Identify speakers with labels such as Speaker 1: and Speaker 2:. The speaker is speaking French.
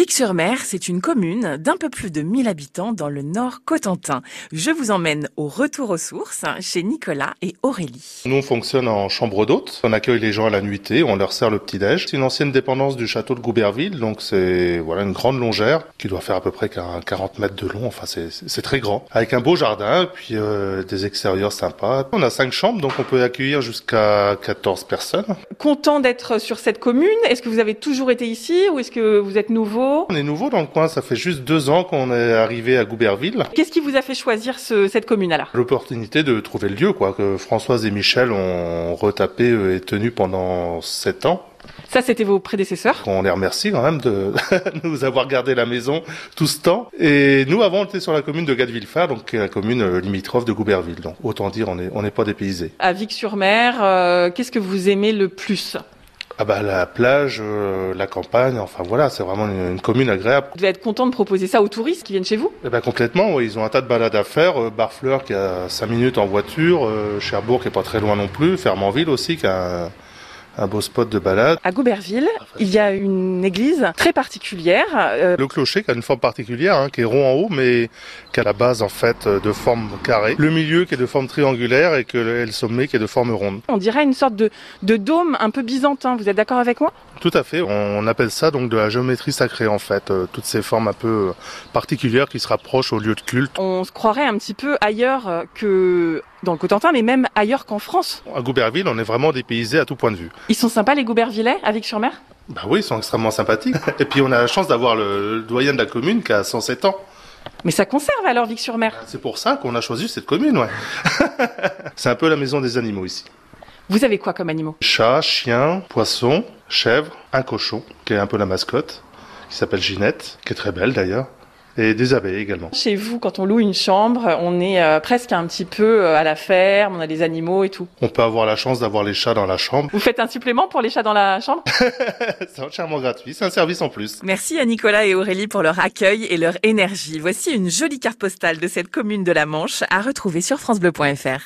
Speaker 1: Vic-sur-Mer, c'est une commune d'un peu plus de 1000 habitants dans le nord Cotentin. Je vous emmène au retour aux sources chez Nicolas et Aurélie.
Speaker 2: Nous, on fonctionne en chambre d'hôte. On accueille les gens à la nuitée, on leur sert le petit-déj. C'est une ancienne dépendance du château de Gouberville, donc c'est voilà une grande longère qui doit faire à peu près qu'un 40 mètres de long. Enfin, c'est- c'est c'est très grand. Avec un beau jardin, puis euh, des extérieurs sympas. On a cinq chambres, donc on peut accueillir jusqu'à 14 personnes.
Speaker 3: Content d'être sur cette commune. Est-ce que vous avez toujours été ici ou est-ce que vous êtes nouveau
Speaker 2: On est nouveau dans le coin, ça fait juste deux ans qu'on est arrivé à Gouberville.
Speaker 3: Qu'est-ce qui vous a fait choisir ce- cette commune alors
Speaker 2: L'opportunité de trouver le lieu, quoi, que Françoise et Michel ont retapé euh, et tenu pendant sept ans.
Speaker 3: Ça, c'était vos prédécesseurs.
Speaker 2: On les remercie quand même de nous avoir gardé la maison tout ce temps. Et nous, avant, on était sur la commune de Gadeville-Phare, donc qui est la commune euh, limitrophe de Gouberville. Donc, autant dire, on n'est on n'est pas dépaysé.
Speaker 3: À Vic-sur-Mer, euh, qu'est-ce que vous aimez le plus
Speaker 2: Ah bah, la plage, euh, la campagne, enfin voilà, c'est vraiment une, une commune agréable.
Speaker 3: Vous devez être content de proposer ça aux touristes qui viennent chez vous.
Speaker 2: Et ben complètement, oui, ils ont un tas de balades à faire. Euh, Barfleur qui a 5 minutes en voiture, euh, Cherbourg qui est pas très loin non plus, Fermanville aussi qui a un- un beau spot de balade.
Speaker 3: À Gouberville, il y a une église très particulière. euh,
Speaker 2: Le clocher qui a une forme particulière, hein, qui est rond en haut, mais qui a la base en fait euh, de forme carrée. Le milieu qui est de forme triangulaire et, que, le- et le sommet qui est de forme ronde.
Speaker 3: on dirait une sorte de, de dôme un peu byzantin. Vous êtes d'accord avec moi
Speaker 2: Tout à fait, on appelle ça donc de la géométrie sacrée en fait, euh, toutes ces formes un peu euh, particulières qui se rapprochent au lieu de culte.
Speaker 3: On se croirait un petit peu ailleurs euh, que dans le Cotentin, mais même ailleurs qu'en France.
Speaker 2: À Gouberville, on est vraiment dépaysé à tout point de vue.
Speaker 3: Ils sont sympas les Goubervillais à Vic-sur-Mer
Speaker 2: Bah oui, ils sont extrêmement sympathiques. et puis on a la chance d'avoir le, le doyen de la commune qui a 107 ans.
Speaker 3: Mais ça conserve alors Vic-sur-Mer.
Speaker 2: C'est pour ça qu'on a choisi cette commune, ouais. C'est un peu la maison des animaux ici.
Speaker 3: Vous avez quoi comme animaux
Speaker 2: Chat, chien, poisson, chèvre, un cochon, qui est un peu la mascotte, qui s'appelle Ginette, qui est très belle d'ailleurs, et des abeilles également.
Speaker 3: Chez vous, quand on loue une chambre, on est euh, presque un petit peu euh, à la ferme, on a des animaux et tout.
Speaker 2: On peut avoir la chance d'avoir les chats dans la chambre.
Speaker 3: Vous faites un supplément pour les chats dans la chambre
Speaker 2: C'est entièrement gratuit, c'est un service en plus.
Speaker 1: Merci à Nicolas et Aurélie pour leur accueil et leur énergie. Voici une jolie carte postale de cette commune de la Manche à retrouver sur francebleu.fr.